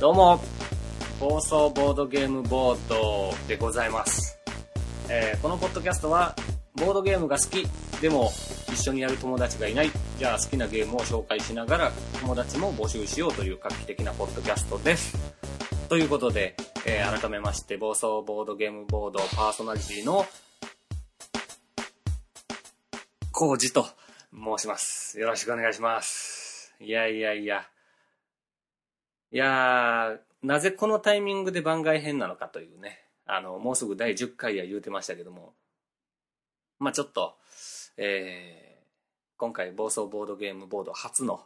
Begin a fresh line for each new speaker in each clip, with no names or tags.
どうも暴走ボードゲームボードでございます、えーこのポッドキャストはボードゲームが好きでも一緒にやる友達がいないじゃあ好きなゲームを紹介しながら友達も募集しようという画期的なポッドキャストですということで、えー改めまして暴走ボードゲームボードパーソナリティのコウジと申しますよろしくお願いしますいやいやいやいやー、なぜこのタイミングで番外編なのかというね、あの、もうすぐ第10回や言うてましたけども、まあちょっと、えー、今回暴走ボードゲームボード初の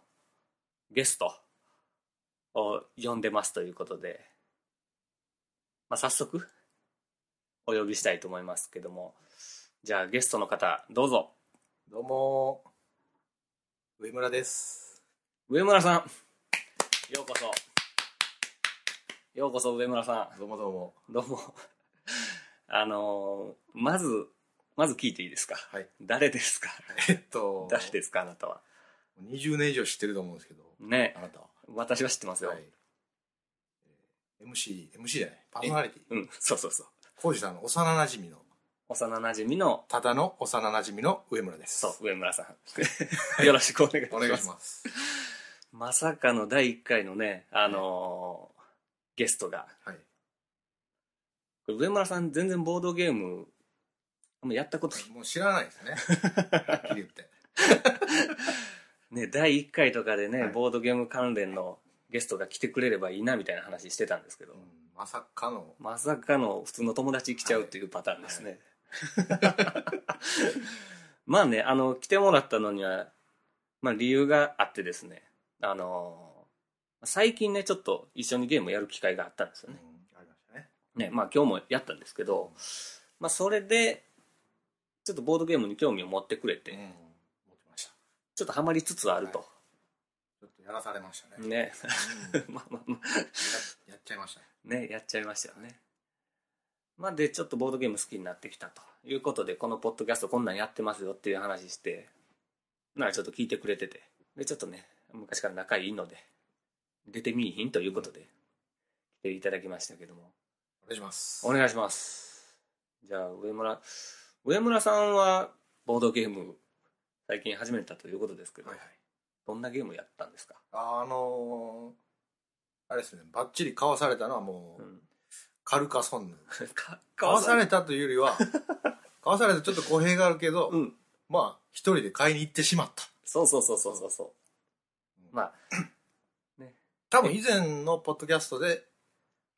ゲストを呼んでますということで、まあ早速、お呼びしたいと思いますけども、じゃあゲストの方、どうぞ。
どうもー上村です。
上村さん、ようこそ。ようこそ上村さん。
どうもどうも。
どうも。あのーまず、まず聞いていいですか
はい。
誰ですか
えっと、
誰ですかあなたは。
?20 年以上知ってると思うんですけど、
ね
あ、なたは。
私は知ってますよ。
はい。えー MC、MC じゃないパーソナリティ。
うん、そうそうそう。
コウジさんの幼馴染の、
幼馴染の、
ただの幼馴染の上村です。
そう、上村さん。 よろしくお願いし
お
ます。
願いします。
まさかの第1回のね、あのーゲストが。
はい。
これ上村さん全然ボードゲーム、あんまやったこと
もう知らないですね。はっきり言って。
ね、第1回とかでね、
はい
ボードゲーム関連のゲストが来てくれればいいなみたいな話してたんですけど
う。んまさかの、
まさかの普通の友達来ちゃうっていうパターンですね。 まあね、あの、来てもらったのには、まあ理由があってですね、あの最近ね、ちょっと一緒にゲームやる機会があったんですよ
うん
ね。
ありましたね。
ね、まあ今日もやったんですけど、まあそれで、ちょっとボードゲームに興味を持ってくれて、
うん持ってました。
ちょっとハマりつつあると。
ちょっとやらされましたね。うんや
ね、 まあまあまあ、
やっちゃいましたね。
ね、やっちゃいましたよね。まあ、で、ちょっとボードゲーム好きになってきたということで、このポッドキャストこんなんやってますよっていう話して、ならちょっと聞いてくれてて、で、ちょっとね、昔から仲いいので、出てみいひんということで、来ていただきましたけども、
お願いします。
お願いします。じゃあ、上村、上村さんは、ボードゲーム、最近始めたということですけど、
はいはい。
どんなゲームやったんですか
あのー、あれですね、ばっちりかわされたのはもう、
ん。
カルカソンヌ。
か、
かわされたというよ りは、かわされたちょっと語弊があるけど、
うん。
まあ、一人で買いに行ってしまった。
そうそうそうそうそうそう。まあ、
多分以前のポッドキャストで、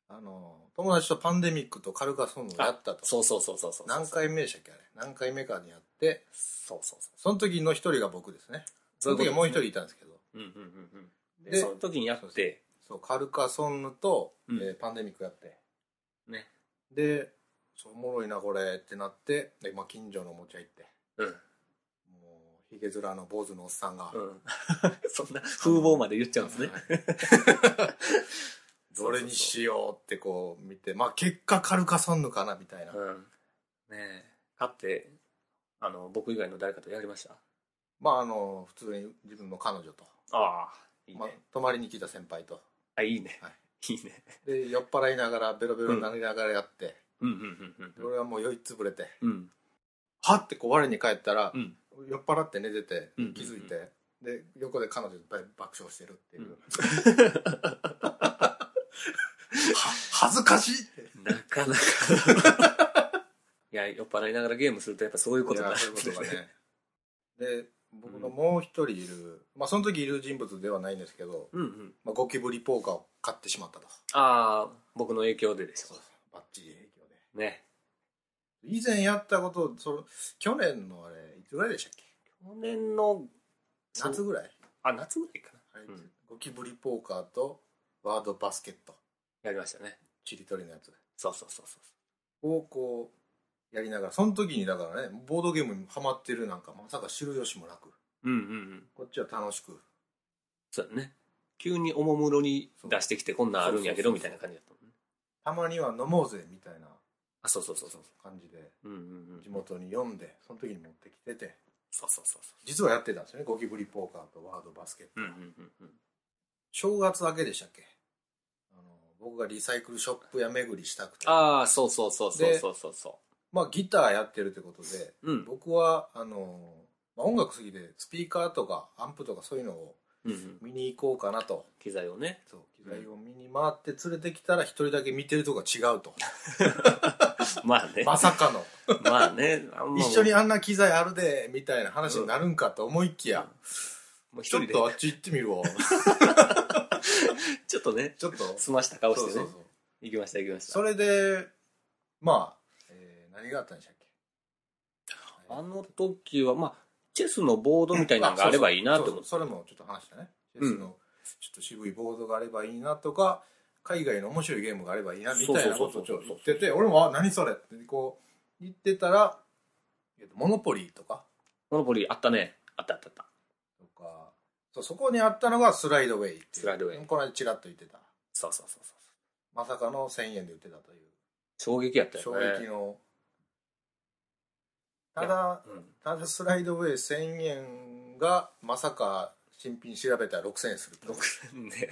あのー、友達とパンデミックとカルカソンヌをやったと。
そうそうそうそうそう。
何回目でしたっけあれ。何回目かにやって、
そうそうそう。
その時の一人が僕ですね。その時はもう一人いたんですけど、
うんうんうんうん。で、
で
その時にや
そう
っ
そ
て、
そう、カルカソンヌと、
うん
えーパンデミックやって。
ね。
で、そうおもろいなこれってなって、でまあ、近所のおもちゃ行って。
うん。
もう、ヒゲ面の坊主のおっさんが、
うん。 そんな風貌まで言っちゃうんですね。
どれにしようってこう見て、まあ結果カルカソンヌかなみたいな。
うん。ねえ。勝って、あの、僕以外の誰かとやりました
まああの、普通に自分の彼女と、
ああ、いい
まあ
ね。
泊まりに来た先輩と、
あ、いいね
はい。
いいね。
で、酔っ払いながらベロベロになりながらやって、
うんうんうんうん
俺はもう酔いつぶれて、
うん。
はってこう我に返ったら
う、ん。
酔っ払って寝てて
うん、
気づいて、で、横で彼女と爆笑してるっていう
うん。
は恥ずかしいって。
なかなか。 いや、酔っ払いながらゲームするとやっぱそういうこと
い
だ
やそういうことがね。で、僕のもう一人いる、まあその時いる人物ではないんですけど、
うんうん。
まあ、ゴキブリポーカーを買ってしまったと。
ああ、僕の影響ででし
そうです。バッチリ影響で。
ょ。ね。
以前やったこと、その、去年のあれ、いつぐらいでしたっけ
去年の、
夏ぐらい、
あ、夏ぐらいかな。
はい
うん
ゴキブリポーカーとワードバスケット、
やりましたね。
ちりとりのやつ
そうそうそうそう。
をこう、やりながら、その時にだからね、ボードゲームにハマってるなんか、まさか知る由もなく、
うんうんうん。
こっちは楽しく。
そうだね。急におもむろに出してきてこんなんあるんやけど
そう
みたいな感じだったもんね。
たまには飲もうぜ、みたいな
あ、そうそうそうそう。
感じで、
うんうんうん。
地元に読んで、その時に持ってきてて、
そうそうそうそ
実はやってたんですよね、ゴキブリポーカーとワードバスケット。
う。うんうんうんうん。
正月明けでしたっけあの僕がリサイクルショップや巡りしたくて
ああ、そうそうそうそうそうそうそ
まあギターやってるってことで
う。うん。
僕はあの、まあ、音楽好きでスピーカーとかアンプとかそういうのを
うんうん。
見に行こうかなと
機材をね。
そう機材を見に回って連れてきたら一人だけ見てるとこが違 うと
まあね。
まさかの
まあね。あんま
一緒にあんな機材あるでみたいな話になるんかと思いきや、
も う一
ちょ
人
っ
で。
とあっち行ってみる わ
ちょっとね、
ちょっと
済ました顔して
そ
ね。
うそうそう
行きました、行きました。
それでまあ、えー何があったんでしたっけ
あの時は、まあ、チェスのボードみたいなのがあればいいなと思って。
そうそうそれもちょっと話したね
うん
そのちょっと渋いボードがあればいいなとか海外の面白いゲームがあればいいなみたいなことをちょっと言ってて俺も「あ何それ」ってこう言ってたら「えっとモノポリー」とか
モノポリーあったね。あったあったあった。
とかそうそこにあったのがスライドウェイっていう
スライドウェイ
この間ちらっと言ってた
そうそうそうそう。
まさかの1000円で売ってたという
衝撃やったよ
衝
ね。
撃の、ただ
うん。
ただスライドウェイ1000円がまさか新品調べたら6000円す ると
6000ね。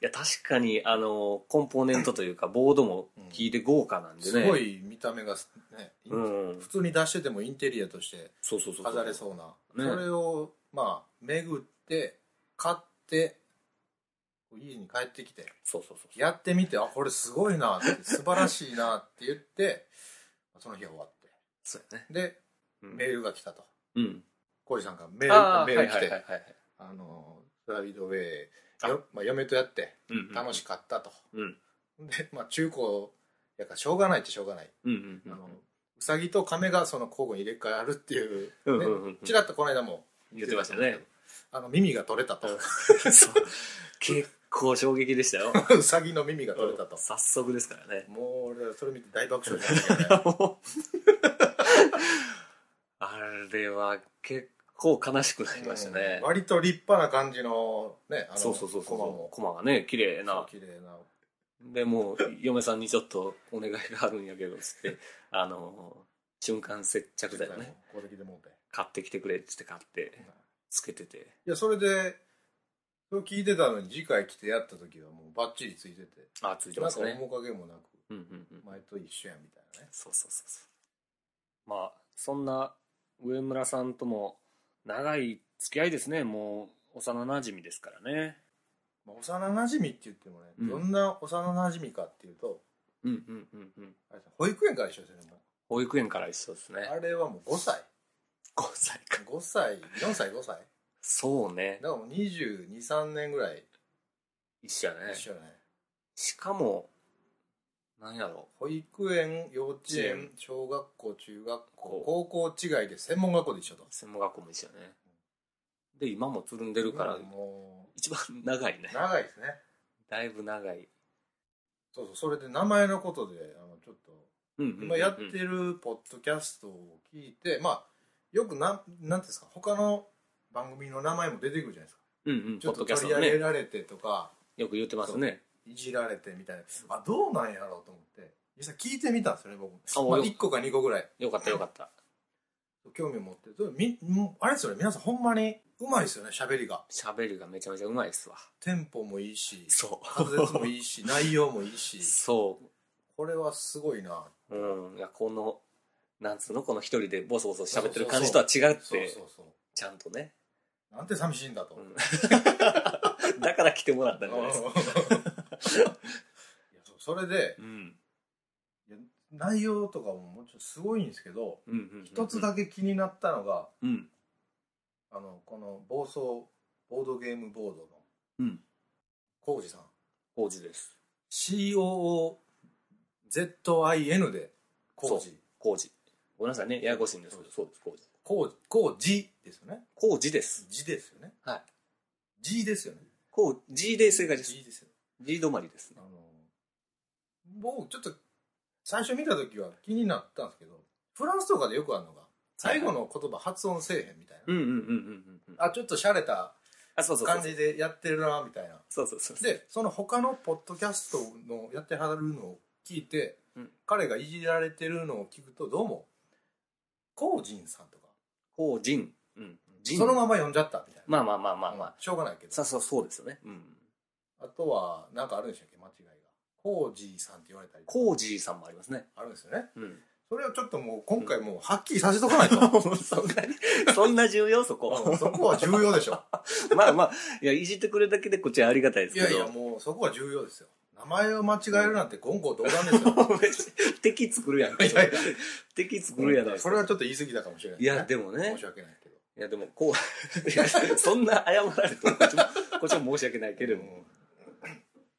いや、確かに、あの、コンポーネントというか、ボードも聞いて豪華なんですね。
ご。い見た目がね、
うん
普。通に出しててもインテリアとして
そうそうそう。
飾れそうなそ
ね
れをまあ巡って買って家に帰ってきて
そうそうそうそう。
やってみてあこれすごいなって素晴らしいなって言って その日は終わって
そうやね。
で
うん
メールが来たと
うん。
浩司さんからメー
ああ、
ルメ
はい
ー
は
ル
い
来
はいは
て
いはい。
「あのスライドウェイよまあ、嫁とやって
うんうん。
楽しかった」と。
うん。
で、まあ、中古やからしょうがないってしょうがない、
うんうんうん。
あのうさぎと亀がその交互に入れ替わるっていう,、ね
うんうんうん
ちらっとこの間も
言ってましたね。
あの耳が取れた と、
そう。結構衝撃でしたよ。
うさぎの耳が 取れたと、
早速ですから ね。
もう俺らそれ見て大爆笑じゃないけどね
あれは結構悲しくなりましたね
うん。割と立派な感じのねあの
そうそうそうそう。
コマも
コマがね、綺麗な。
綺麗な
で、もう、嫁さんにちょっとお願いがあるんやけど、つ って、あの、瞬間接着剤をね、
これでもうて
買ってきてくれっつって買って、つけてて。
いやそれでそれ聞いてたのに次回来てやった時はもうバッチリついてて
あ、ついて
な
ま
ん
す
か
ね。
面影もなく
うんうんうん。
前と一緒やんみたいなね
そうそうそうそう。まあ、そんな上村さんとも長い付き合いですね。もう幼馴染ですからね。
まあ、幼なじみって言ってもね、
うん
どんな幼なじみかっていうと
うんうんうんうん。
あれですね保育園から一緒ですよねも
保育園から一緒です
う
ね。
あれはもう5歳
5歳か。
5歳4歳5歳だか
そうね。
らもう223年ぐらい
一緒やね。
一緒やね
しかも、なんやろ
保育園幼稚
う
園
ん
小学校中学
こ
校
う
高校違いで専門学校で一緒と
専門学校も一緒やね。で、今もつるんでるから、
も
一番長いね
う。長いですね
だいぶ長い。
そうそうそれで名前のことであのちょっと
うんうんうんうん
今やってるポッドキャストを聞いて、まあよくなんなんていうんですか他の番組の名前も出てくるじゃないですか
うんうん。
ち
ポ
ょ
ッ
っ
ド
と
キャス
取
ト
り
の
上げ
ね。
られてとか、
よく言ってますね。
いじられてみたいなあどうなんやろうと思って実際聞いてみたんですよね僕
あ
まあ、
よ
1個か2個ぐらい
よかったよかった。
興味を持ってそれみもうあれですよね皆さんほんまにうまいですよね喋りが
喋りがめちゃめちゃうまいっすわ。
テンポもいいし
そう。
滑舌もい いし内容もいいし
そ
これはすごいな
う。うん。いや、この、なんつうのこの一人でボソボソ喋ってる感じとは違うっ
そう
て
そ、うそう
ちゃんとね。
なんて 寂しいんだと、
うん だから来てもらったんじゃないですか。
いやそうそれで
うん。
いや内容とかももちろんすごいんですけど
うんうんうんうん。
一つだけ気になったのが、
うん。
あのこの暴走ボードゲームボードの
うん。
浩二さん
王子です。
COOZIN で
そ
浩二
工事。ごめんなさいね。ややこしいんですけど、そうです、工事。
浩二浩二ですよね
工事です。
字ですよね
はい。
G ですよね
工 G で正解です。
G ですよね
G 止まりです
あ
ね。
の僕ちょっと最初見た時は気になったんですけどフランスとかでよくあるのが最後の言葉発音せえへんみたいな、
うんうんうんうんうん。
あちょっと洒落た
あ、そうそうそう
感。じでやってるなみたいな
そうそうそう。
でその他のポッドキャストのやってはるのを聞いて、
うん
彼がいじられてるのを聞くとどうもコージンさんとか
工人。うん。人
そのまま呼んじゃったみたいな
まあまあまあまあまあ。
しょうがないけど
さそうそうですよね。うん。
あとはなんかあるんでしたっけ間違いがコージーさんって言われたりとか
コージーさんもありますね。
あるんですよね。
うん。
それはちょっともう今回もうはっきりさせとかないと。
そんなに、 そんな重要そこ。
そこは重要でしょ。
まあまあ、いや、いじってくれるだけでこっちはあり がたいです
い
けど。
やいや、もうそこは重要ですよ。名前を間違えるなんて言語道断で すよ。
敵作るやん。
いやいや
敵作るやないです
そ
か
れはちょっと言い過ぎたかもしれない
いや、でもね
申し、訳ないけど。
いや、でも、こう、 いやそんな謝られても、こっちもこっちも申し訳ないけれども。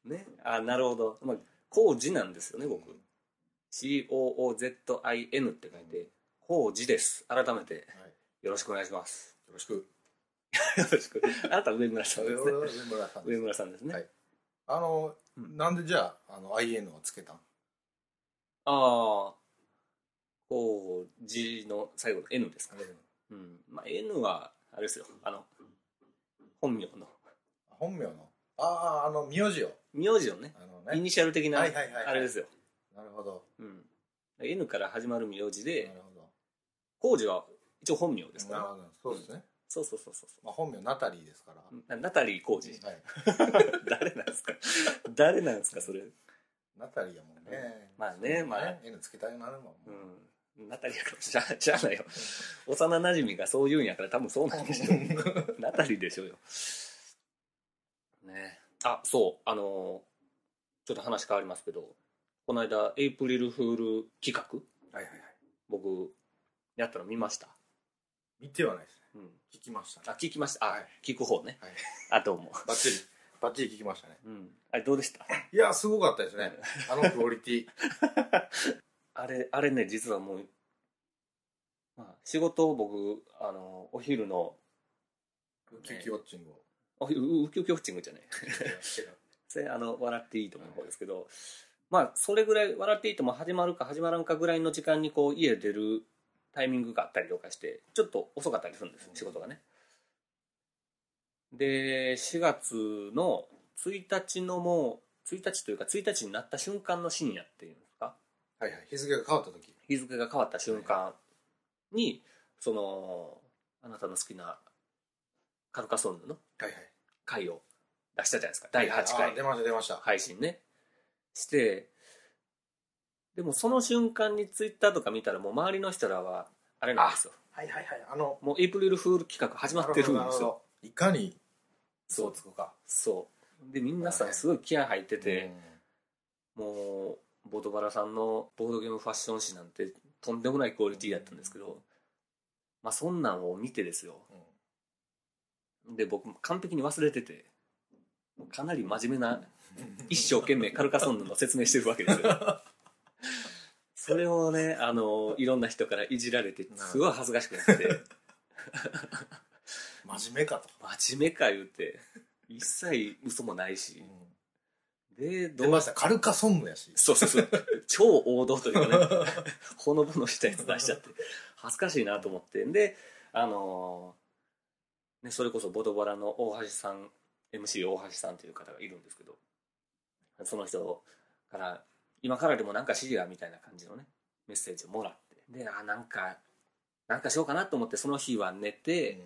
ね。あ、なるほど。まあ、コージなんですよね、僕。C-O-O-Z-I-N って書いて、コージです。改めて、
はい
よろしくお願いします。
よろしく。
よろしく。あなた上村さんですね。
上村さんで
上
す
村さんですね。
はいあの、
うん
なんでじゃあ、あの、IN をつけたん
ああ、こう、字の最後の N ですか。うん。まあ、N は、あれですよ。あの、本名の。
本名の。ああ、あの、名字を。
名字のね、
あの
イ
ね。
ニシャル的な、
はいはいはいはい
あれですよ。
なるほど。
うん。N から始まる名字
なる
で、
ほ
浩二は一応本名です
ど。
か
なる
ら。
ほど。そうですね。
そうそうそうそ
まあ、本名、ナタリーですから。
う。なナタリー浩二。
はい。
誰なんですか誰なんですか、それ。
ナタリーやもんね。
まあねまあ。
N つけたいなるもん。
うん。ナタリーやから、しゃあ、しゃあないよ。幼馴染がそう言うんやから、多分そうなんでしょう。 ナタリーでしょうよ。ねあ、そう、あのーちょっと話変わりますけど、この間、エイプリルフール企画、
はいはいはい。
僕、やったの見ました。
見てはないです。
うん。
聞きま した
あ
ね。、
聞きました。あ、
はい
聞く方ね。
はい。
あ、どうも。
バッチリ。バッチリ聞きましたね。
うん。あれ、どうでした
いや、すごかったで すね。あのクオリティ。
あれ、あれね、実はもう、まあ、仕事を僕、あのーお昼の、
ウキウキウォッチングを。
お昼ウキウキウォッチングじゃない。それあの笑っていいと思う方ですけど、まあそれぐらい「笑っていいとも」始まるか始まらんかぐらいの時間にこう家出るタイミングがあったりとかしてちょっと遅かったりするんです
うん
仕事がねで4月の1日のもう1日というか1日になった瞬間の深夜っていうんですか
はいはい。日付が変わった時。
日付が変わった瞬間にそのあなたの好きなカルカソンヌの
はいはい。
回を出したじゃないですか第8回
あ出ました出ました。
配信ねしてでもその瞬間にツイッターとか見たらもう周りの人らはあれなんですよ
はいはいはい。あの、
もうエイプリルフール企画始まってるんですよ。
いかに、
そう
つくか。
そうでみんなさ
はい
すごい気合入ってて
で、、
もうボードバラさんのボードゲームファッション誌なんてとんでもないクオリティだったんですけどまあそんなんを見てですよ
うん
で僕も完璧に忘れててかなり真面目な一生懸命カルカソンヌの説明してるわけですよ それをねあのいろんな人からいじられてすごい恥ずかしくな って
真面目かと。
真面目か言うて一切嘘もないしで
出
どう
ました。カルカソンヌやし。
そうそうそう超王道というかねほのぼのしたやつ出しちゃって恥ずかしいなと思ってんであのね、それこそボドバラの大橋さん MC 大橋さんという方がいるんですけどその人から今からでもなんか指示がみたいな感じのねメッセージをもらってであなんかなんかしようかなと思ってその日は寝て、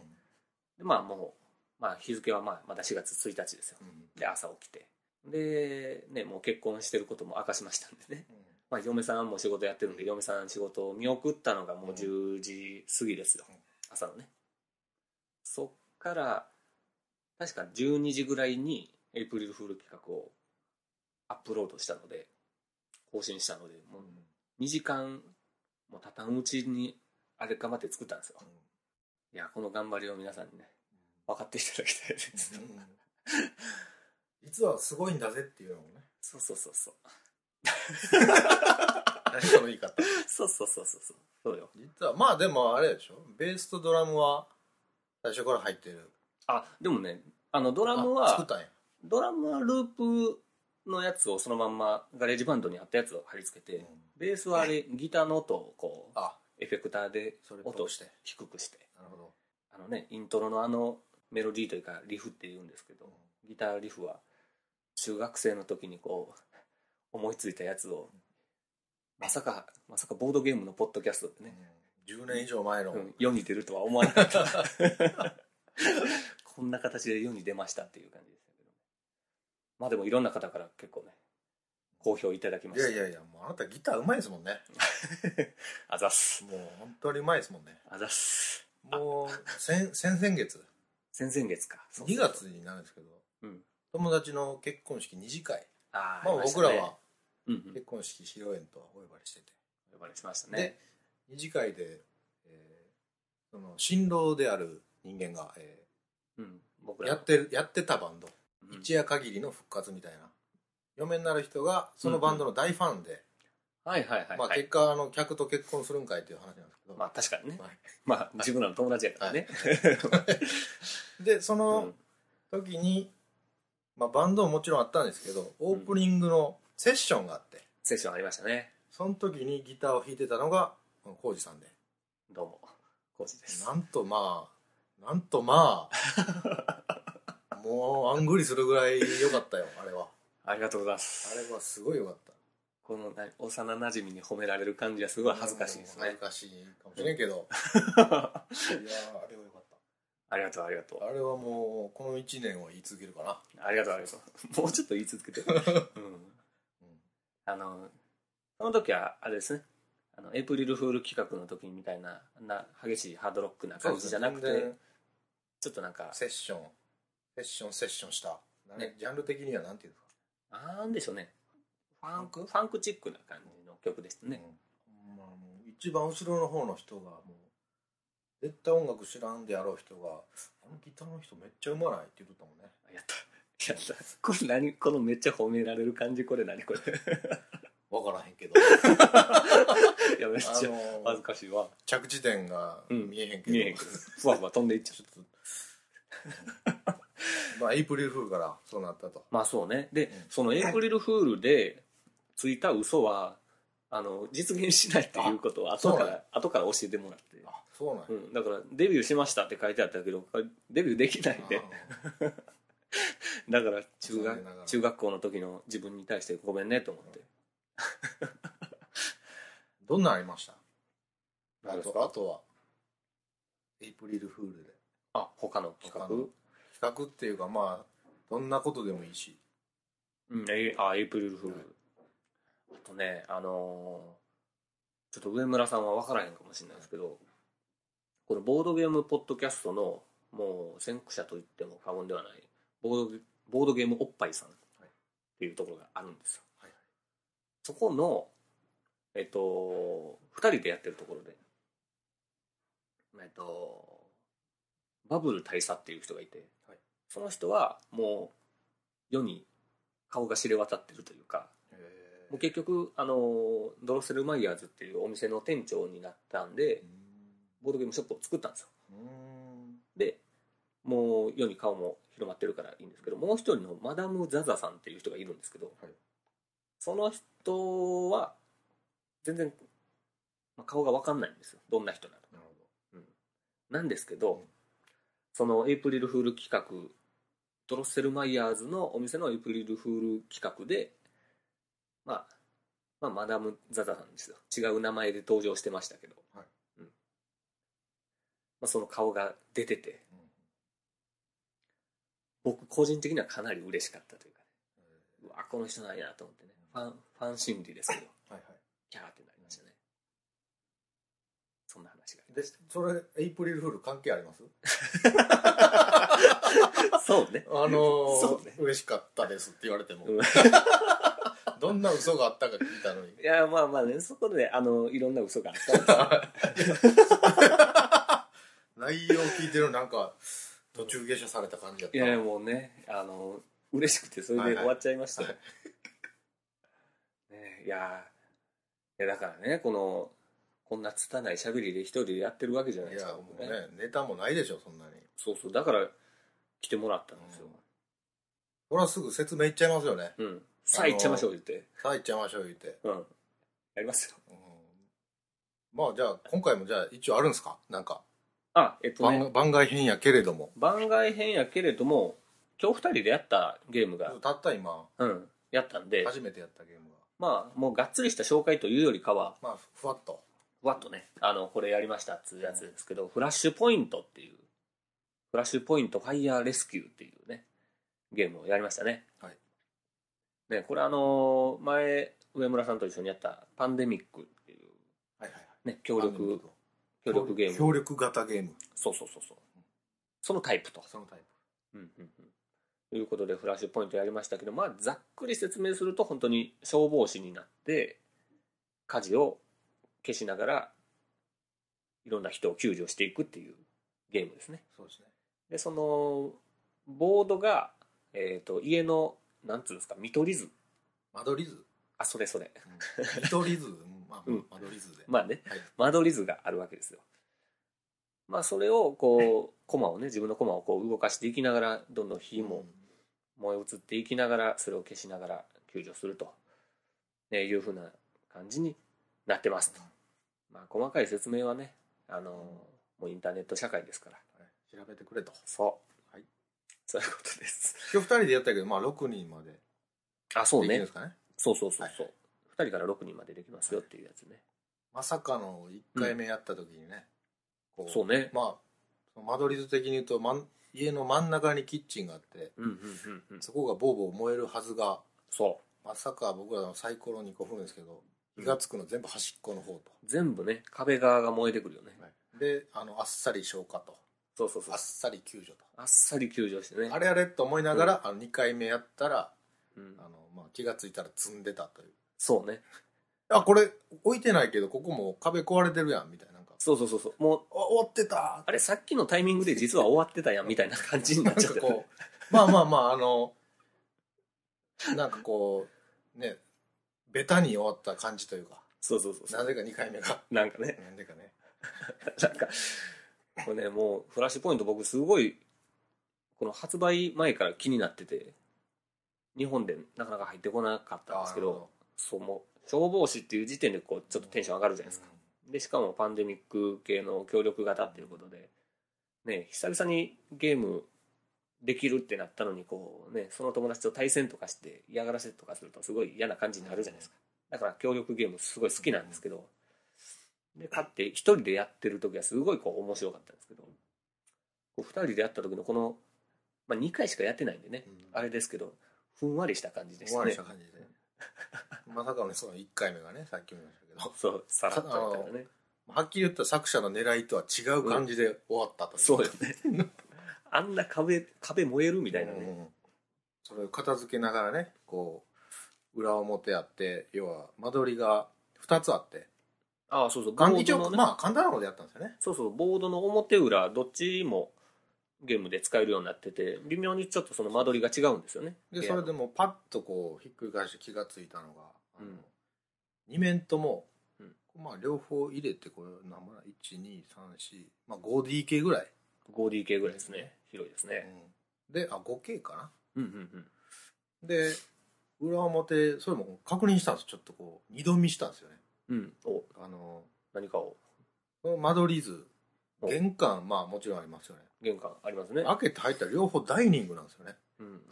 でまあもう、まあ、日付はまあまだ4月1日ですよ
うん
で朝起きてでねもう結婚してることも明かしましたんでね、まあ、嫁さんも仕事やってるんで嫁さん仕事を見送ったのがもう10時過ぎですよ、
うん
朝のねそっから確か12時ぐらいにエイプリルフール企画をアップロードしたので更新したのでも
うん
う2時間も経たんうちにあれ頑張って作ったんですよいやこの頑張りを皆さんにね分かっていただきたいです、
うん実はすごいんだぜっていうのもね。
そうそうそうそう
何その言い方。
そうそうそうそうそうそうよ
実は、まあでもあれでしょ。ベースとドラムは最初から入ってる。
あでもねあのド
ド
ラム
作
は
ったんや。
ドラムはループのやつをそのまんまガレージバンドにあったやつを貼り付けて、
うん
ベースはあれギターの音をこう
あ、
エフェクターで
それ
音を
として。
低くして
なるほど。
あのねイントロのあのメロディーというかリフっていうんですけどギターリフは中学生の時にこう思いついたやつをまさかまさかボードゲームのポッドキャストでね、
うん10年以上前の。
うん世に出るとは思わなかったこんな形で世に出ましたっていう感じですけどまあでもいろんな方から結構ね好評いただきま
い
し
や
た。
いやいや、もうあなたギターうまいですもんね。
あざっす。
もう本当にうまいですもんね。
あざっす。
もう、先、先々月、
先々月か。そうそう
2月になるんですけど、
うん
友達の結婚式二次会。
あー
まあ
りした
僕
ね
らは
うんうん
結婚式披露宴とはお呼ばれしてて。
呼ばれしましたね
で。、二次会で、えーその、新郎である人間が、え
うん。僕
ー
ら
や
は
ってる、やってたバンド。
うん
一夜限りの復活みたいな。嫁になる人が、そのバンドの大ファンで、
はいはいはいはい。
まあ結果、あの、客と結婚するんかいっていう話なんですけど。
まあ確かにね。
はい
まあ自分らの友達やからね。
で、そ
う
の、
ん
時に、まあ、バンドももちろんあったんですけどオープニングのセッションがあって、
セッションありましたね。
その時にギターを弾いてたのが浩二さんで
どうも。コージです。
なんとまあなんとまあもうあんぐりするぐらい良かったよあれは
ありがとうございま
あ
す。
れはすごい良かった
このな幼馴染に褒められる感じはすごい恥ずかしいです
恥
ね
ず。かしいかもしれんけど
あ
いやーあれは良かっ
りがとうありがとう
た。あれはもうこの1年は言い続けるかな、
ありがとうありがとう。 もうちょっと言い続けて。うんあの、その時は、あれですね。あの、エイプリルフール企画の時みたいな、あんな激しいハードロックな感じじゃなく
全
て
然、
ちょっとなんか、
セッションセッションセッションした、
ね
ジャンル的にはなんていうんですか
なんでしょうね。ファンク
う
フ
ん
ァンクチックな感じの曲でしたね。
うんまあ、もう一番後ろの方の人がもう絶対音楽知らんであろう人が「あのギターの人めっちゃうまない」って言っとったもんね
やった。 やった。これ何このめっちゃ褒められる感じこれ何こ れ。
分からへんけど
いや、めっ ちゃ
あ
恥ず
の
かしいわ。
着地点が見えへんけど、
見えへんけ ど。ふわふわ飛んでいっちゃう。
ちょっと まあエイプリルフールからそうなったと
まあそうね。で、
うん
そのエイプリルフールでついた嘘は、あの、実現しないっていうことを後か
そう
ら、後から教えてもらって。
あそうなんや、
うん、だからデビューしましたって書いてあったけどデビューできないんで
あ
だから中
残念なが
学
ら
中学校の時の自分に対してごめんねと思って
どんなんありましたあ
何です
とあとはエイプリルフールで
あ他の企
他の
画
企画っていうかまあどんなことでもいいし
うん、えあエイプリルフー
はい
ルあとねあのーちょっと上村さんは分からへんかもしれないですけどこのボードゲームポッドキャストのもう先駆者と言っても過言ではないボードボードゲームおっぱいさんっていうところがあるんですよ、
はい
そこのえっと2人でやってるところでえっとバブル大佐っていう人がいて、
はい
その人はもう世に顔が知れ渡ってるというかもう結局あのドロッセルマイヤーズっていうお店の店長になったんでボードゲームショップを作ったんですよ
うん
でもう世に顔も広まってるからいいんですけどもう一人のマダム・ザザさんっていう人がいるんですけど、
はい
その人は全然まあ顔が分かんないんですよどんな人なのか
なるほど
なんですけど、
うん
そのエイプリルフール企画ドロッセルマイヤーズのお店のエイプリルフール企画で、まあ、まあマダム・ザザさんですよ違う名前で登場してましたけど、
はい
うんまあ、その顔が出てて
うん
僕個人的にはかなり嬉しかったというか、うわこの人なんやと思ってねファンファン心理 ですけど
はいは
キャーってなりましたねそんな話があ
い。
りま
で
し、
それ、エイプリルフール関係あり ます
た そうね
あのー
そうね
嬉しかったですって言われても、
うん
どんな嘘があったか聞いたのに。
いやまあまあねそこであのいろんな嘘があったんですよ
内容聞いてるのなんか、途中下車された感じやっ
いや
た。
いやもうねあの嬉しくてそれで終わっちゃいましたね,、
はい
ねいやいやだからねこのこんな拙いしゃべりで一人でやってるわけじゃない
い
です
や
か
もうね、ネタもないでしょ、そんなに。
そうそうだから来てもらったんですよ、
それはすぐ説明いっちゃいますよね。
うんさあ行っちゃいましょう言って、
さあ行っちゃいましょう言って。
うんやりますよ
うんまあじゃあ、今回もじゃあ一応あるんですかなんか、
あえっとね
番番外編やけれども。
番外編やけれども今日二人でやったゲームが、
たった今、
うん、やったんで
初めてやったゲームが。
まあもうがっつりした紹介というよりかは
まあ、ふわっと。
ふわっとねあのこれやりましたっつうやつですけど、フラッシュポイントっていうフラッシュポイントファイヤーレスキューっていうねゲームをやりましたね
はい
ね、これあのー前、上村さんと一緒にやったパンデミックっていう、
はいはい。
ね、協力、協力ゲーム。
協力型ゲーム。
そうそうそうそう。そのタイプと。
そのタイプ。
うんうんうんということでフラッシュポイントやりましたけど、まあ、ざっくり説明すると本当に消防士になって火事を消しながらいろんな人を救助していくっていうゲームですね
そうですね。
でそのボードが、えー、と家のなんつうんですか見取り図
間取り図。
あそれそれ
うん 見取り図。うんまあ、
うん
間取り図で。
まあね
はい。
間取り図があるわけですよまあそれをこう駒をね自分の駒をこう動かしていきながらどんどん火も燃え移っていきながらそれを消しながら救助すると、ね、いうふうな感じになってますと、まあ、細かい説明はね、あのーもうインターネット社会ですから
調べてくれと。
そう、
はい、
そういうことです
今日二人でやったけど、まあ六人までで
あそう
きる
ね
んですかね。
そうそうそう
はい
そう、二2人から6人までできますよっていうやつね、
まさかの一回目やった時にね。こ
そうね、
まあその間取り図的に言うと、まん家の真ん中にキッチンがあって、
うんうんうんうん
そこがボーボー燃えるはずが、
そ
まさか僕らのサイコロにこう振るんですけど、火がつくの全部端っこの方
う
と。
全部ね壁側が燃えてくるよね、
で、あの、あっさり消火と。
そうそうそう
あっさり救助と。
あっさり救助してね
あれあれと思いながら、あの2回目やったら、
うん
あのまあ、気がついたら積んでたという
そうね
あこれ置いてないけどここもう壁壊れてるやんみたいななんか
そうそうそうそうもう
あ終わってた
あれさっきのタイミングで実は終わってたやんみたいな感じにな
な
っ
ん
ちゃって
かこ うまあまあまああのなんかこうねベタに終わった感じというか
そうそうそうそ
な
う。
ぜか2回目が
なんかね、
なんでかね
なんか、これね、もう、フラッシュポイント僕すごい、この発売前から気になってて、日本でなかなか入ってこなかったんですけ
あ
ど、
ーなるほ
そう、もう、消防士っていう時点でこう、ちょっとテンション上がるじゃ
ど
ないですか。で、しかもパンデミック系の協力型っていうことで、ね、久々にゲームできるってなったのに、こうね、その友達と対戦とかして嫌がらせとかするとすごい嫌な感じになるじゃないですか。だから協力ゲームすごい好きなんですけど、で、勝って一人でやってる時はすごいこう面白かったんですけど、こう二人でやった時のこの、まあ2回しかやってないんでね、
うん
あれですけど、ふんわりした感じでし
終
た
わり
ね
した。感じでまさかのその1回目がねさっきも言いましたけ ど
そう、さらっとやったらね。
はっきり言った作者の狙いとは違う感じで終わったとい
そうよね。 あんな壁、壁燃えるみたいなね。
うんうんそれを片付けながらねこう裏表あって要は間取りが2つあって
ああ、そうそう、
眼一
ボード
応
のね
まあ簡単なことやったんですよね
そうそう、ボードの表裏、どっちもゲームで使えるようになってて、微妙にちょっとその間取りが違うんですよね。
で
部
そ
屋
れ
の
でもパッとこうひっくり返して気がついたのが、あの
うん
2面とも、
うん
まあ両方入れてこれ何も1234まあ 5DK ぐらい、
5DK ぐらいですね。広いですね。
うんであ 5K かな
うんうんうん。
で裏表それも確認したんですちょっとこう二度見したんですよね
うん。お、
あの
何かを、
この間取り図
お
玄関まあもちろんありますよね
玄関ありますね。
開けて入ったら両方ダイニングなんですよね
うん。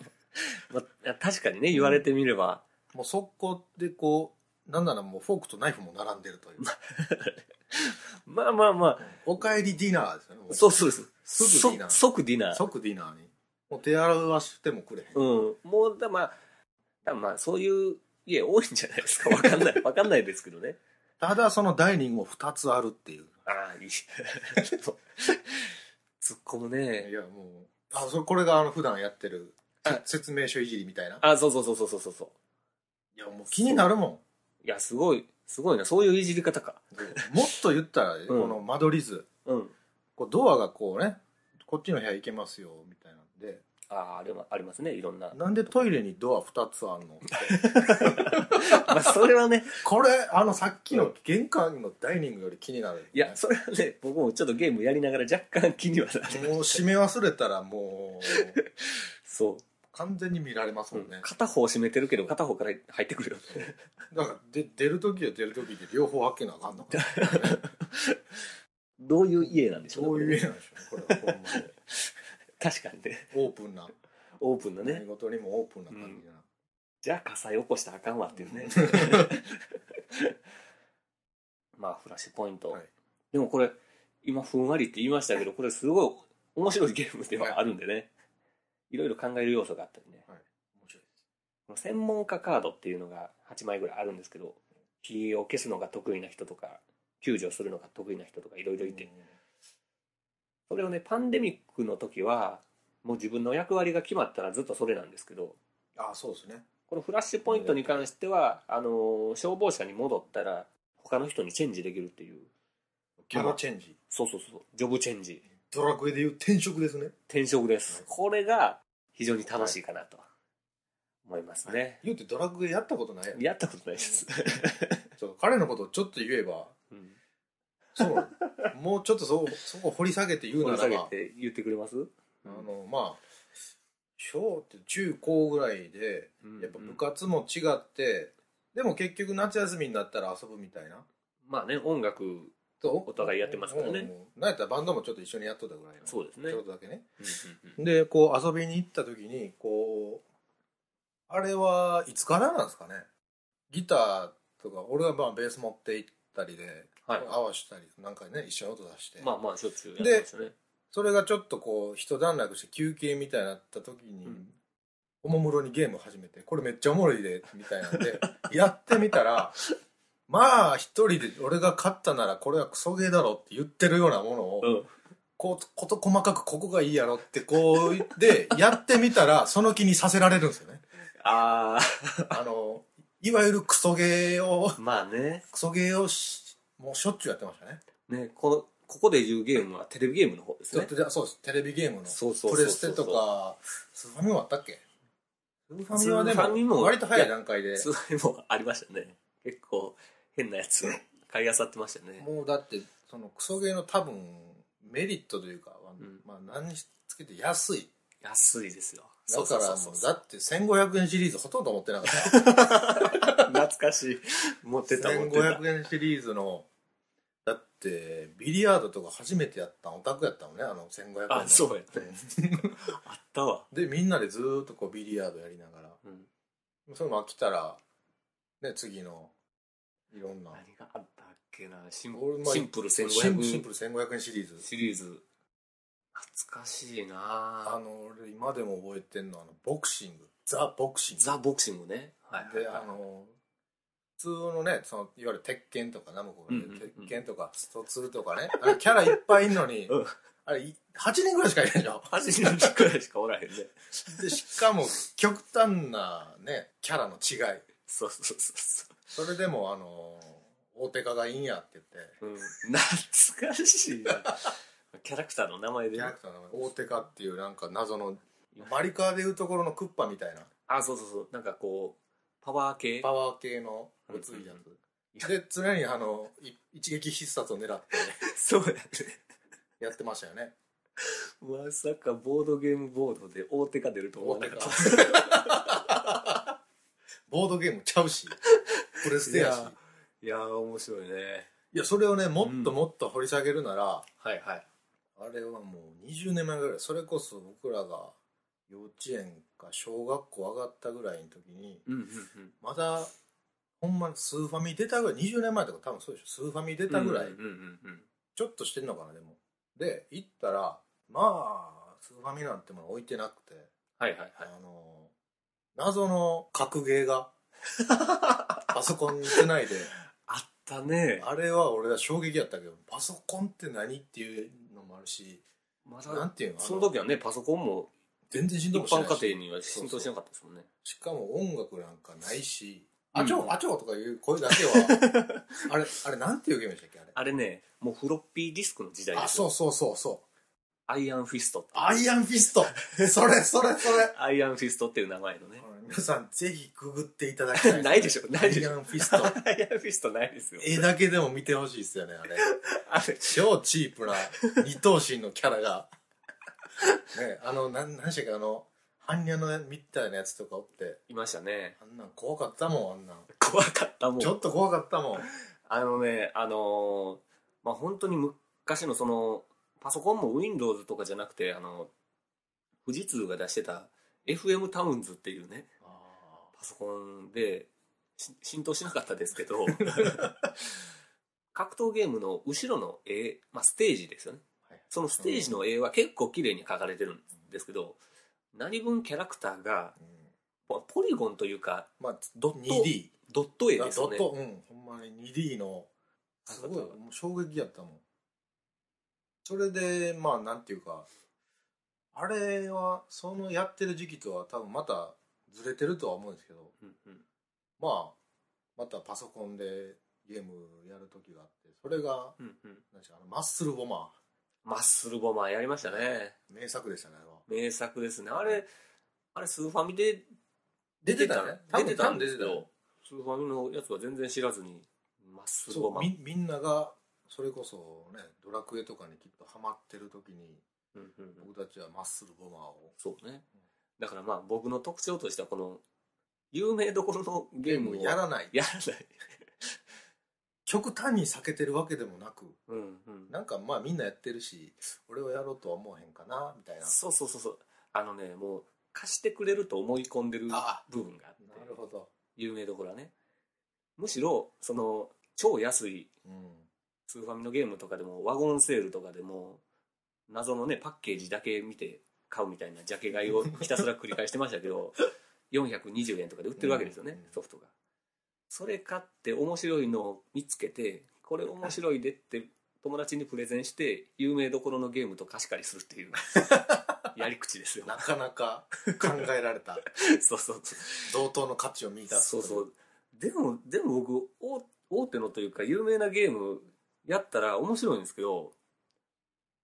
まあ、確かにね、言われてみれば、
もう速攻でこうなんならもうフォークとナイフも並んでるという
まあまあまあ、
おかえりディナーですよねもう
そうそうです。
すぐディナー
そ即ディナー。
即ディナーにもう手洗わしてもくれへん、
うん。もう、だまあ、多分まあ、そういう家多いんじゃないですか。わかん ない。わかんないですけどね。
ただそのダイニングも2つあるっていう
ああ、いい。 突っ込む
い
ね。
やもうあそれこれがあの普段やってるせ
あ
説明書いじりみたいない
あ、そうそうそうそうそうそうそう。
やもう気になるも
いや、すごい、すごいな。そういういじり方か。
んもっと言ったら、この間取り図
うん。
こうドアがこうねこっちの部屋行けますよみたいなんで
ああ、あれはありますね。いろんな。
なんでトイレにドア2つあんの
まあ、それはね、
これあのさっきの玄関のダイニングより気になる、
いや、それはね、僕もちょっとゲームやりながら若干気にはなる。
もう閉め忘れたらもう
そ
完全に見られます
う。
もんね、
片方閉めてるけど、片方から入ってくるよね。
だからで出る時は出る時で両方開けなあかんのかな
どういう家なんでしょうね。
そういう
こ
意味なんでしょうねこれはほんまに
れ確かにね。
オープンな、
オープンの
何
ね。
事にもオープンな感じな、
じゃあ火災起こしたらあかんわっていうね。まあ、フラッシュポイント。
はい
でもこれ、今ふんわりって言いましたけど、これすごい面白いゲームではあるんでね。いろいろ考える要素があったりね。
面白いです
専門家カードっていうのが8枚ぐらいあるんですけど火を消すのが得意な人とか救助するのが得意な人とかいろいろいて、それをねパンデミックの時はもう自分の役割が決まったらずっとそれなんですけど
ああそうですね
このフラッシュポイントに関しては、あのー消防車に戻ったら他の人にチェンジできるっていう
キャラチェンジ
そうそうそうジョブチェンジ
ドラクエでいう転職ですね
転職です、これが非常に楽しいかなと思いますね、
言うてドラクエやったことない
やったことないです、
そう彼のことをちょっと言えば
うん
そう なのもうちょっとそこそこ掘り下げて言うな
掘
ら
り
ば
下げて言ってくれます
あのまあ小って中高ぐらいでやっぱ部活も違って、でも結局夏休みになったら遊ぶみたいな
まあね音楽
と
お互いやってますからね
うんなんやったらバンドもちょっと一緒にやっとったぐらいの
そうですね
ちょっとだけね
うんうんうん
でこう遊びに行った時にこうあれはいつからなんですかねギターとか俺がまあベース持って行ったりで、
はい
合わしたりなんかね一緒に音出して、
まあまあしょっちゅうやってましたね
それがちょっとこう一段落して休憩みたいになった時に、
うん
おもむろにゲーム始めてこれめっちゃおもろいでみたいなんで やってみたらまあ一人で俺が勝ったならこれはクソゲーだろって言ってるようなものを、
うん
こうこと細かくここがいいやろってこう言って やってみたらその気にさせられるんですよね。
あ
あのいわゆるクソゲーを
あまあね
クソゲーをしもうしょっちゅうやってましたね。
ねこのここで言うゲームはテレビゲームの方です
ずっ
ね
とじゃあそうですテレビゲームの
そうそうそうそう
プレステとかスーファミもあったっけスーフ
ァミはでも
ァミ割と早い段階で
そういうのもありましたね結構変なやつを買い漁ってましたね
もうだってそのクソゲーの多分メリットというか、
ん
まあ、何につけて安い
安いですよ
だからもう
そうそうそう
だって1500円シリーズほとんど持ってなかった
懐かしい持ってた持ってた
1500円シリーズのだってビリヤードとか初めてやったんオタクやったもんねあの1500円の
あそうやねあったわ
でみんなでずーっとこうビリヤードやりながら
うん
それも飽きたらね次のいろんな
何があったっけなシン
俺まあ
シンプル
シンシン
1500
プル1500円シリーズ
シリーズ懐かしいな
あ
あ
の俺今でも覚えてんのはあのボクシングザ・ボクシング
ザ・ボクシングねはいはい
であの普通のねそのいわゆる鉄拳とかナムコがね
うんうんうん
鉄拳とかストツーとかねあれキャラいっぱいいんのに、
うん
あれい8人ぐらいしかいないでしょ
8人くらいしかおらへんね
でしかも極端なねキャラの違い
そうそうそうそ
それでもあの大手家がいいんやって言って
う、うん、懐かしいなキャラクターの名前で
キ
ね
ャラクターの名前大手家っていうなんか謎のマリカーでいうところのクッパみたいな
あそうそうそうなんかこうパワー系
パワー系のごついやつで常にあのい一撃必殺を狙って
そうやね
やってましたよね
まさかボードゲームボードで大手が出ると思わなかった
大 ボードゲームちゃうしプレステやしい
い
や
やいやー面白いね
それをねもっともっと掘り下げるなら、
はいはい
あれはもう20年前ぐらいそれこそ僕らが幼稚園か小学校上がったぐらいの時に
うんうんうん
まだほんまスーファミ出たぐらい20年前とか多分そうでしょスーファミ出たぐらい、
うんうんうん
ちょっとしてんのかなでもで行ったらまあスーファミなんてもの置いてなくて
はいはいはい
あの謎の格ゲーが パソコンにしてないで
あったね
あれは俺は衝撃やったけどパソコンって何っていうのもあるし
ま
な
だ
んていうのあの
その時はねパソコンも
全然浸
一
透もしな
般
いし
家庭には浸透しなかったですもんね
しかも音楽なんかないし「
うん
あちょうあちょう」とかいう声だけは あれあれなんていうゲームでしたっけあれ
あれねもうフロッピーディスクの時代
あ
です
そう
よ
そうそうそう
アイアンフィストって
アイアンフィストそれそれそれ
アイアンフィストっていう名前のね
皆さんぜひググっていただきたいす ね
ないでしょないでしょ
アイアンフィス
ア
ト
イアンフィストないですよ
絵だけでも見てほしいですよねあれ
あれ
超チープな二頭身のキャラがねあのなん何でしたっけあの般若のみたいなやつとかおって
いましたね
あんなん怖かったもんあんなん
怖かったもん
ちょっと怖かったもん
あのね、あのーまあ、本当に昔のその、パソコンも Windows とかじゃなくて、あの、富士通が出してた FM タウンズっていうね、パソコンでし浸透しなかったですけ ど、格闘ゲームの後ろの絵、まあ、ステージですよね
はい。
そのステージの絵は結構綺麗に描かれてるんですけど、何分キャラクターが
うん
ポポリゴンというか、
まあ、
ドット、
2D。
ドット絵
あ
です
ド
よね
ッ。ト、うん。ほんまに 2D の、すごい、
あ
もう衝撃やったもん。それで、まあ、なんていうか、あれは、そのやってる時期とは多分またずれてるとは思うんですけど、
うんうん
まあ、またパソコンでゲームやる時があって、それが、
うんうん
なんでしょうあのマッスルボマ
マッスルボマーやりましたね。
ー。名作でしたね、あれは。
名作ですね。あれ、あれ、スーファミで
出てたね
出てたんです
多分
よ。スーファミのやつは全然知らずに、マッスル
そ
ボ
う
マー。
みみんながそれこそねドラクエとかにきっとハマってる時に
うんうんうん
僕たちはマッスルボマーを
そうね。だからまあ僕の特徴としてはこの、有名どころのゲ
ゲ
ー
ー
ムを
ムやらない
やらない。
極端に避けてるわけでもなく
うんうん。
なんかまあみんなやってるし俺はやろうとは思わへんかなみたいな
そうそうそうそう。あのね、もう貸してくれると思い込んでる
あ
部分があって、
なるほど、
有名どころはね。むしろ、その、超安い
うん、
スーファミのゲームとかでもワゴンセールとかでも謎のねパッケージだけ見て買うみたいなジャケ買 いをひたすら繰り返してましたけど420円とかで売ってるわけですよね、
うん
ソフトがそれ買って面白いのを見つけてこれ面白いでって友達にプレゼンして有名どころのゲームと貸し借りする っていうやり口ですよ
なかなか考えられた
そうそうそう
同等の価値を見出す
そうそうでもでも僕大大手のというか有名なゲームやったら面白いんですけど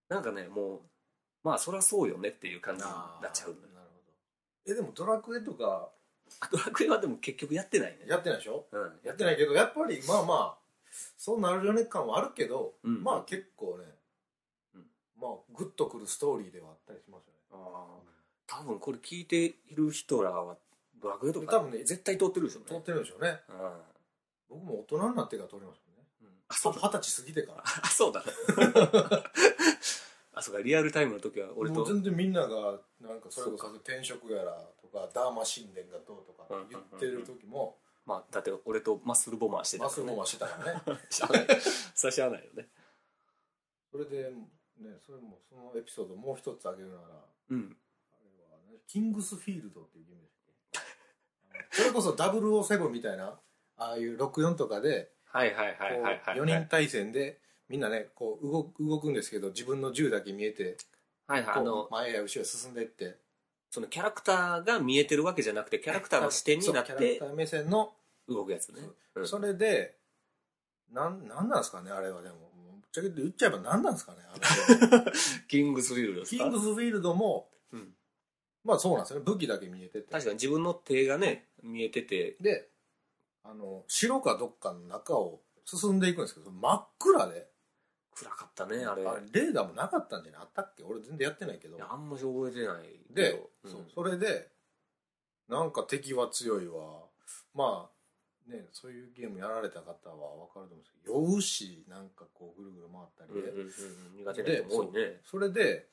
なんかねもうまあそらそうよねっていう感じに
あー
なっちゃう
なるほどえでもドラクエとか
あドラクエはでも結局やってないね
やってないでしょ
うん
やってないけどやっぱりまあまあそうなるよね感はあるけど、
うん
まあ結構ね、
うん
まあグッとくるストーリーではあったりしますよね
あー多分これ聞いている人らはドラクエとか
多分ね
絶対通ってるでしょう
通
ね
ってるんでしょうね
うんうん
僕も大人になってから通りますよね
あ
二
そう
十
だ
歳過ぎてから
あそうだあそうかリアルタイムの時は俺
も
と
う全然みんながなんかそれこそ転職やらとかダーマ神殿がどうとかって言ってる時も、
まあだって俺とマッスルボマーしてた
マ
か
ス
らね
もはしてたからね
しゃあないそれしゃあないよね
それでねそれもそのエピソードもう一つあげるなら
うん
あれはねキングスフィールドっていうゲームでしたっ けそれこそ007みたいな、ああいう64とかで、
はいはいは
こ
いはいは
う
い。
4人対戦で、みんなね、こう動く動くんですけど、自分の銃だけ見えて、
はいはい。あ
こ
の
う、前や後ろへ進んでいって。
そのキャラクターが見えてるわけじゃなくて、キャラクターの視点になっ
そうキャラ
て
クター目線の、
動くやつね。うん
それで、なん、なんなんですかね、あれはでも。ぶっちゃけて言っちゃえばなんなんですかね、 あれは
キングスフィールドです
キン
か
グスフィールドも、
うん
まあそうなんですよね、武器だけ見えてて。
確かに自分の手がね、見えてて、
であの城かどっかの中を進んでいくんですけど真っ暗で
暗かったね、あれ。い
あれレーダーもなかったんじゃないあったっけ俺全然やってないけど
やあんまし覚えてないけど。
で、
うん
そうそれでなんか敵は強いわまあねそういうゲームやられた方は分かると思うんですけど酔うしなんかこうぐるぐる回った
うん
り
う
で、
んうん苦手な人も多いね。
それで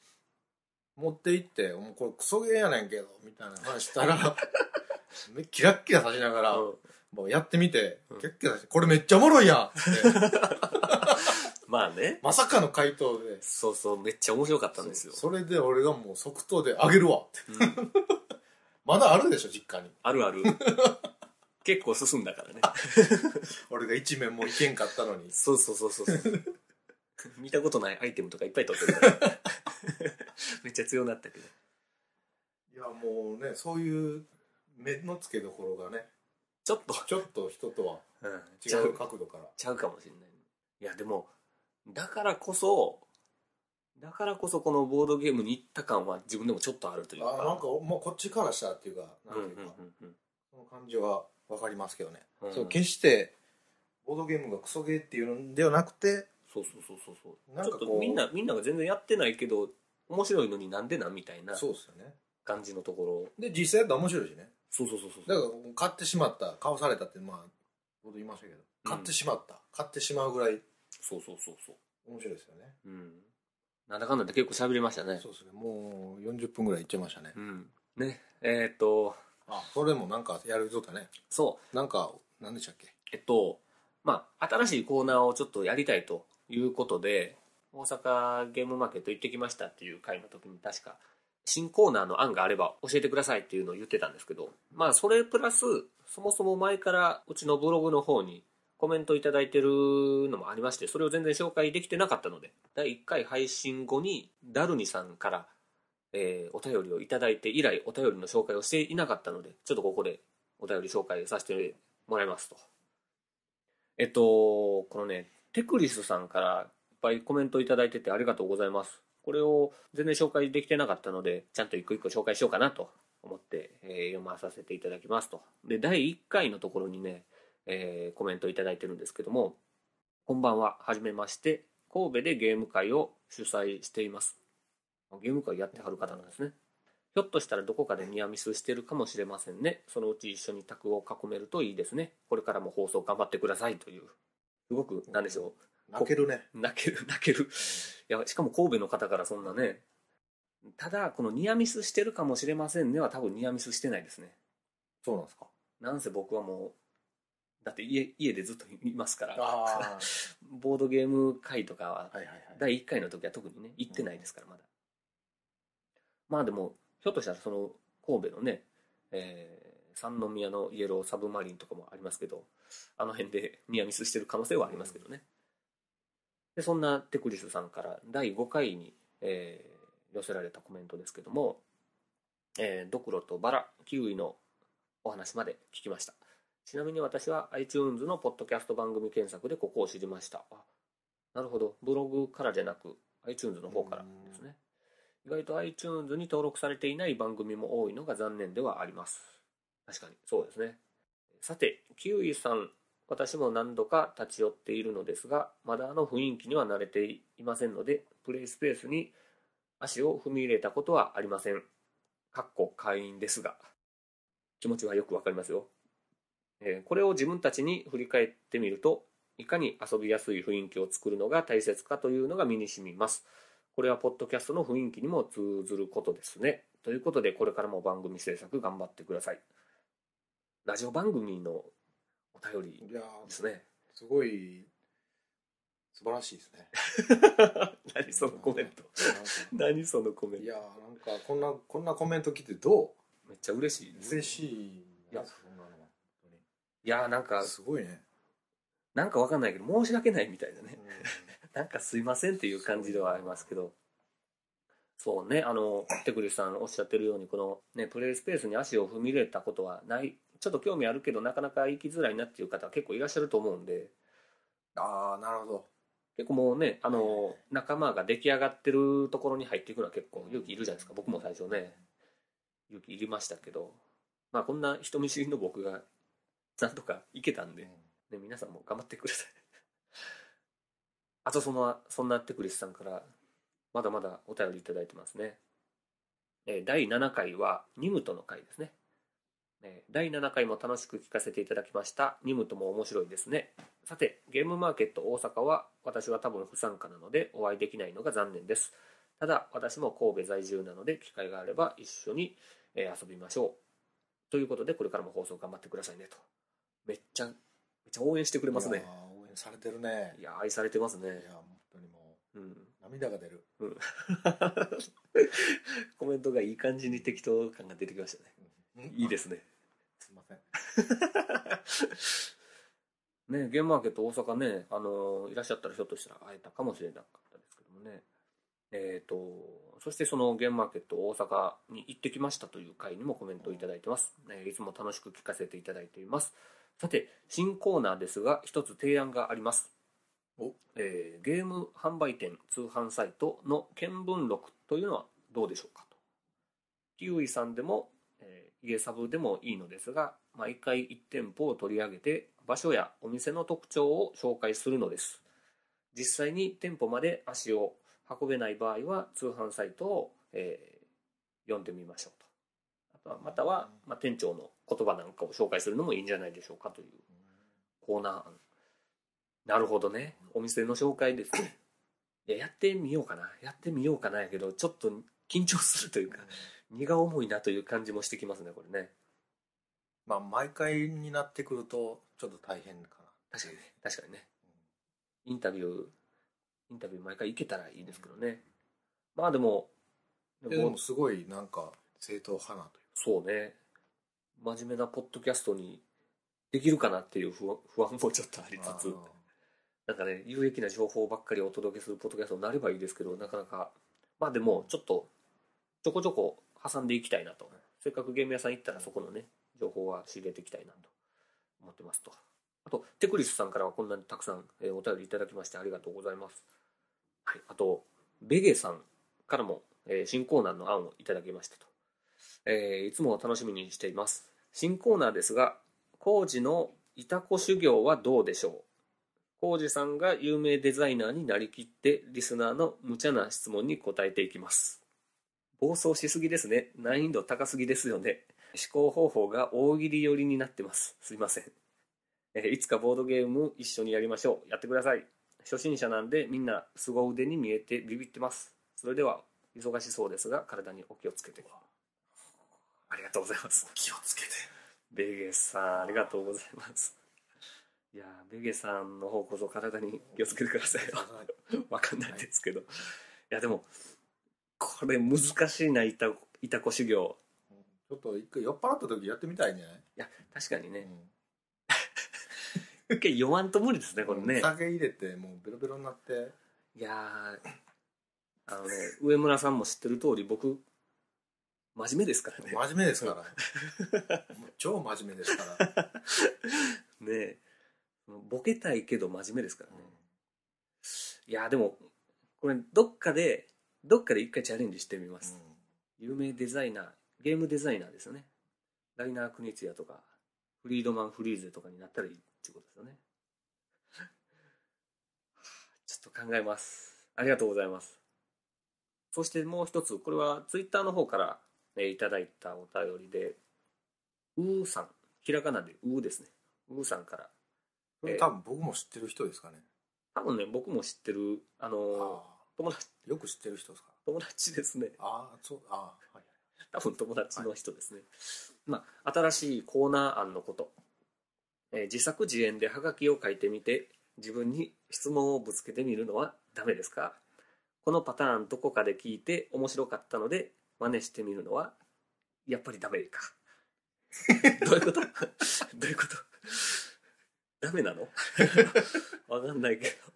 持って行って「もうこれクソゲーやねんけど」みたいな話したら めキラッキラさしながら、
うん
もうやってみて、
うん
キラッキラして「これめっちゃおもろいやん!」って。
まあね。
まさかの回答で。
そうそう、めっちゃ面白かったんですよ。
それで俺がもう即答であげるわって。
うん
まだあるでしょ、実家に。
あるある。結構進んだからね。
俺が一面もいけんかったのに。
そうそうそうそう そう。見たことないアイテムとかいっぱい取ってるから。 めっちゃ強なったけど。
いや、もうね、そういう目の付けどころがね、
ちょっと、
ちょっと人とは
うん、ち
違
ゃ
う
う、
角度から。
ちゃうかもしれない。いや、でも、だからこそ、だからこそこのボードゲームに行った感は自分でもちょっとあるというか。
あなんか、もうこっちからしたらっていうか、な
うんうんん
ていう
う
か、
んうん。
その感じはわかりますけどね。
うん
そう、決して、ボードゲームがクソゲーっていうのではなくて、
そうそうそうそうそう。
なん
ち
か
ょ
こ
っ
う
とみんな、みんなが全然やってないけど、面白いのになんでなんみたいな
そうですよね。
感じのところ。
で、実際やったら面白いしね。
そうそうそうそう。
だからもう買ってしまった買わされたってまあこと言いましたけど買ってしまった、買ってしまうぐらい
そうそうそうそ
面白いですよね、
う。うん。なんだかんだで結構喋れましたね。
そうですねもう40分ぐらいいっちゃいましたね、
うん。ね、えーっと、
あそれでもなんかやるぞだね
そう。
なんか何でしたっけ
えっと、まあ、新しいコーナーをちょっとやりたいということで、大阪ゲームマーケット行ってきましたっていう回の時に確か新コーナーの案があれば教えてくださいっていうのを言ってたんですけど、まあそれプラス、そもそも前からうちのブログの方にコメントいただいてるのもありまして、それを全然紹介できてなかったので、第1回配信後にダルニさんから、えーお便りをいただいて以来お便りの紹介をしていなかったので、ちょっとここでお便り紹介させてもらいますと。えっと、このね、テクリスさんからいっぱいコメントいただいててありがとうございます。これを全然紹介できてなかったので、ちゃんと一個一個紹介しようかなと思って、えー読まさせていただきますと。で、第1回のところにね、えーコメントいただいてるんですけども、こんばんは、はじめまして、神戸でゲーム会を主催しています。ゲーム会やってはる方なんですね。ひょっとしたらどこかでニアミスしてるかもしれませんね。そのうち一緒に卓を囲めるといいですね。これからも放送頑張ってくださいという。すごく、なんでしょう。
泣けるね。
泣ける 泣けるいやしかも神戸の方からそんなねただこのニアミスしてるかもしれませんねは多分ニアミスしてないですね
そうなんですか。
なんせ僕はもうだって家家でずっといます から
あ
ボードゲーム会とかは
あ。はいはいはい。
第1回の時は特にね行ってないですからまだ、まあでもひょっとしたらその神戸のね、えー三宮のイエローサブマリンとかもありますけどあの辺でニアミスしてる可能性はありますけどね、でそんなテクリスさんから第5回に、えー寄せられたコメントですけども、えードクロとバラキウイのお話まで聞きましたちなみに私は iTunes のポッドキャスト番組検索でここを知りましたあなるほどブログからじゃなく iTunes の方からですね意外と iTunes に登録されていない番組も多いのが残念ではあります確かにそうですねさてキウイさん私も何度か立ち寄っているのですがまだあの雰囲気には慣れていませんのでプレイスペースに足を踏み入れたことはありませんかっこ会員ですが気持ちはよくわかりますよ、えーこれを自分たちに振り返ってみるといかに遊びやすい雰囲気を作るのが大切かというのが身に染みますこれはポッドキャストの雰囲気にも通ずることですねということでこれからも番組制作頑張ってくださいラジオ番組のお便り
いやー
ですね
すごい、素晴らしいですね。
何 そのコメント何そのコメン
い
ト
やーなんかこんなこんなコメント来てど
めっちゃ嬉しいです
う嬉しい
いや
そんなの本
いやーなん
当
か
にすごいね、
なんかわかんないけど申し訳ないみたいなね
うん
なんかすいませんっていう感じではありますけどそうねあのテクリスさんおっしゃってるようにこの、ね、プレイスペースに足を踏み入れたことはないちょっと興味あるけどなかなか行きづらいなっていう方は結構いらっしゃると思うんで
ああなるほど
結構もうねあの仲間が出来上がってるところに入っていくのは結構勇気いるじゃないですか僕も最初ね勇気いりましたけどまあこんな人見知りの僕がなんとか行けたんで
うん
ね、皆さんも頑張ってくださいあとそのそんなテクリスさんからまだまだお便りいただいてますね、えー第7回はニムトの回ですね、えー第7回も楽しく聞かせていただきましたニムトも面白いですねさてゲームマーケット大阪は私は多分不参加なのでお会いできないのが残念ですただ私も神戸在住なので機会があれば一緒にえー遊びましょうということでこれからも放送頑張ってくださいねとめっちゃめっちゃ応援してくれます
い
ね
やー応援されてるね
いや愛されてます
いや
ね、
本当にも
うん、
う涙が出る
コメントがいい感じに適当感が出てきましたねいいですすね
すいません
ねゲームマーケット大阪ね、あのーいらっしゃったらひょっとしたら会えたかもしれなかったですけどもねえっ、とそしてそのゲームマーケット大阪に行ってきましたという回にもコメントをいただいてます、えーいつも楽しく聞かせていただいていますさて新コーナーですが一つ提案があります
お
えーゲーム販売店通販サイトの見聞録というのはどうでしょうかとキウイさんでも、えー家サブでもいいのですが毎回1店舗を取り上げて場所やお店の特徴を紹介するのです実際に店舗まで足を運べない場合は通販サイトを、えー読んでみましょうとあとはまたは、まあ、店長の言葉なんかを紹介するのもいいんじゃないでしょうかというコーナー案なるほどねお店の紹介ですねいややってみようかなやってみようかなやけどちょっと緊張するというか荷が重いなという感じもしてきますねこれね
まあ毎回になってくるとちょっと大変かな
確かにね確かにねインタビューインタビュー毎回行けたらいいですけどねまあでも
でもすごいなんか正統派なという
そうね。真面目なポッドキャストにできるかなっていう不安不安もちょっとありつつ、なんかね、有益な情報ばっかりお届けするポッドキャストになればいいですけど、なかなか、まあでも、ちょっと、ちょこちょこ挟んでいきたいなと。せっかくゲーム屋さん行ったらそこのね、情報は仕入れていきたいなと思ってますと。あと、テクリスさんからはこんなにたくさん、えーお便りいただきましてありがとうございます。はい。あと、ベゲさんからも、えー新コーナーの案をいただきましたと。えーいつも楽しみにしています。新コーナーですが、工事のいたこ修行はどうでしょう浩二さんが有名デザイナーになりきってリスナーの無茶な質問に答えていきます暴走しすぎですね難易度高すぎですよね思考方法が大喜利寄りになってますすいませんえーいつかボードゲーム一緒にやりましょうやってください初心者なんでみんな凄腕に見えてビビってますそれでは忙しそうですが体にお気をつけてありがとうございます
気をつけて
ベゲさん、ありがとうございます。いやー、ベゲさんの方こそ体に気をつけてくださいよ。わかんないですけど。いや、でも、これ難しいな、いた、いたこ修行。
ちょっと一回酔っ払った時やってみたいんじゃない
いや、確かにね、
う
一回酔わんと無理ですね、これ
ん
ね。
酒入れてもうベロベロになって
いやー、あのね、上村さんも知ってる通り、僕、真面目ですからね。
真面目で すからもう超真面目ですから、
ねボケたいけど真面目ですからね。いやー、でも、これ、どっかで、どっかで一回チャレンジしてみます。有名デザイナー、ゲームデザイナーですよね。ライナー・クニツヤとか、フリードマン・フリーゼとかになったらいいってことですよね。 ちょっと考えます。ありがとうございます。そしてもう一つ、これはツイッターの方から、えーいただいたお便りで、うーさん、ひらがなでうーですね。うーさんから。
これ多分僕も知ってる人ですかね、
多分ね、僕も知ってる、あのー
あ
友達、
あよく知ってる人ですか
友達ですね。
ああそうああはい
多分友達の人ですね、まあ、新しいコーナー案のこと、えー自作自演でハガキを書いてみて自分に質問をぶつけてみるのはダメですかこのパターンどこかで聞いて面白かったので真似してみるのはやっぱりダメかどういうことどういうことダメなのわかんないけど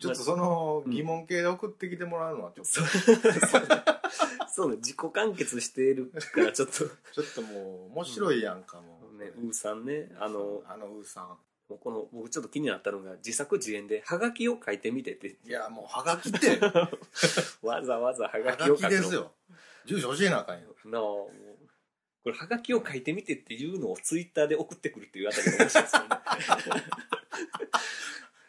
ちょっとその疑問系で送ってきてもらうのはちょっと、
そうそうねそうね自己完結しているからちょっと
ちょっともう面白いやんかも う、
ねウーさんねあの
あのウーさん
もうこの僕ちょっと気になったのが自作自演でハガキを書いてみてって
いやもうハガキっ てハ
わざわざハガ
ガ
キを書
キ
いて
ですよ住所教えなあかんよ
なあもうこれハガキを書いてみてっていうのをツイッターで送ってくるっていうあたりが面白い ですよね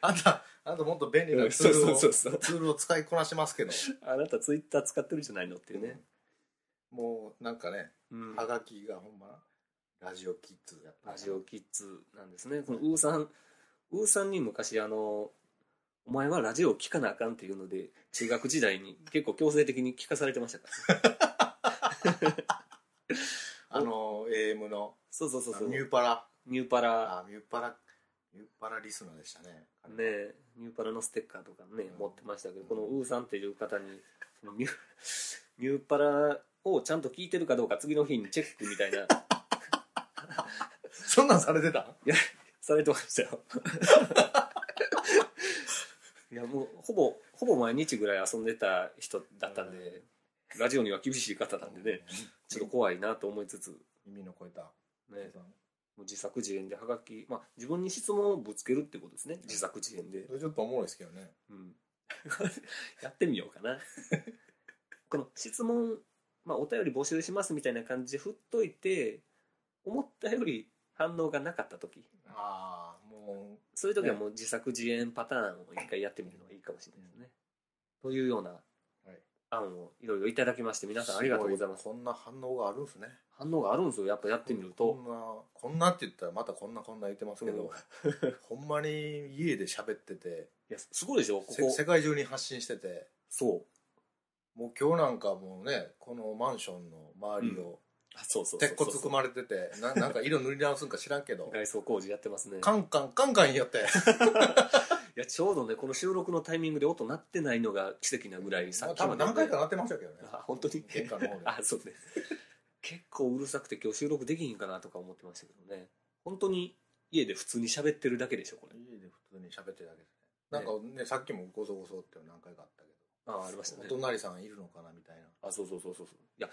あんたあんたもっと便利なツ
そ
ー
う
ル
そうそ
を
うそう
ツールを使いこなしますけど
あなたツイッター使ってるじゃないのっていうね、
もうなんかね
うん
ハガキがほんまラジオキッズやっぱ
ラジオキッズなんですねこのウーさんウーさんに昔あのお前はラジオを聞かなあかんっていうので中学時代に結構強制的に聞かされてましたから
あの AM の
そうそうそうそう
ニューパラ
ニューパラ
あニューパラニューパラリスナーでしたね
ねえニューパラのステッカーとかね、
うん
持ってましたけどこのウーさんっていう方にそのニュー ニューパラをちゃんと聞いてるかどうか次の日にチェックみたい な
そんなんされてた
されてましたよ いやもうほぼほぼ毎日ぐらい遊んでた人だったんで、ラジオには厳しい方なんでねちょっと怖いなと思いつつ、
耳の超えた
ね、もう自作自演でハガキ、まあ、自分に質問をぶつけるってことですね自作自演で
それちょっとおもろいですけどね
うん やってみようかな この質問、まあ、お便り募集しますみたいな感じで振っといて思ったより反応がなかった時
ああも
そういう時はもう自作自演パターンを一回やってみるのがいいかもしれないですね、というような
はい
案をいろいろいただきまして
う
皆さんありがとうございます
ごこんな反応があるんですね
反応があるんですよやっぱやってみる、
ことんなこんなって言ったらまたこんなこんな言ってますけど、 ほんまに家で喋ってて
いやすごいでしょこ
せ世
こ
界中に発信してて
そう
もう今日なんかもうねこのマンションの周りを
あそうそうそう
鉄
そう
骨組まれててな なんか色塗り直すんか知らんけど
外装工事やってますね
カンカンカンカンやって
いや、ちょうどね、この収録のタイミングで音鳴ってないのが奇跡なぐらいさ
ま
っ
あ
き
多
ま
分
でね
何回かなってましたけどね。
あ、本当に
玄関の方で
あ、そうね。 結構うるさくて今日収録できひんかなとか思ってましたけどね。本当に家で普通に喋ってるだけでしょ、これ。
家で普通に喋ってるだけですね。なんかね、さっきもごそごそって何回かあったけど。
あ、ありましたね
お。隣さんいるのかなみたいな。
あ、そうそうそうそうそう。いや、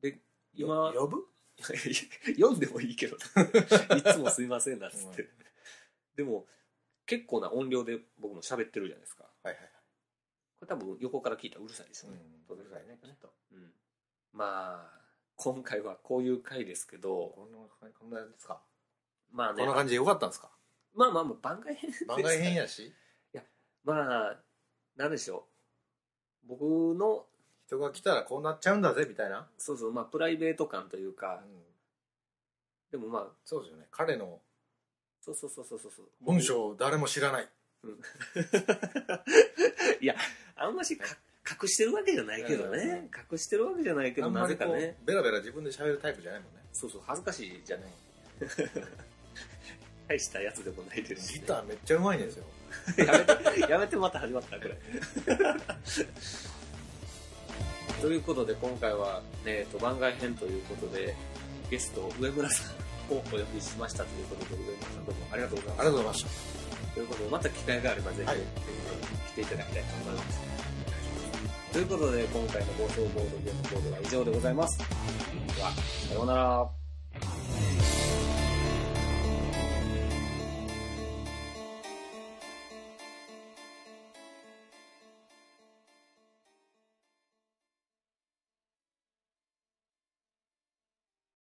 で、今
よ、呼ぶ
読んでもいいけどな いつもすいませんなっつって、
うん
でも結構な音量で僕も喋ってるじゃないですかこ
はいはい。
れ多分横から聞いたらうるさいですよね、
うん、うるさいね、きっと。
うんまあ今回はこういう回ですけど
こんな感じこんなですか。
まあ
こ
ね
んな感じでよかったんですか
まあまあまあ番外編です
番外編やし、
まあなんでしょう僕の
人が来たらこうなっちゃうんだぜみたいな。
そうそうまあプライベート感という
う
か、
ん、
でもまあ
そうですよね。彼の
そうそうそうそうそうそう
本性を誰も知らない。
いやあんましか隠してるわけじゃないけどね、
うんうん
隠してるわけじゃないけ
あ
ど
んま
な
り
ぜか
こう、
ね
ベラベラ自分で喋るタイプじゃないもんね。
そうそう恥ずかしいじゃない大したやつでもないですし
ギターめっちゃうまいんですよ。
やめてやめてまた始まったこれ ということで今回は、えー、と番外編ということでゲスト上村さんをお呼びしましたということで上村さんどうもありがとうござい
あ
ま
りがとうございまし
すということでまた機会があればぜひ、
た。はい。
来ていただきたいと思いますということで今回の放送ボードゲームボードは以上でございますではさようなら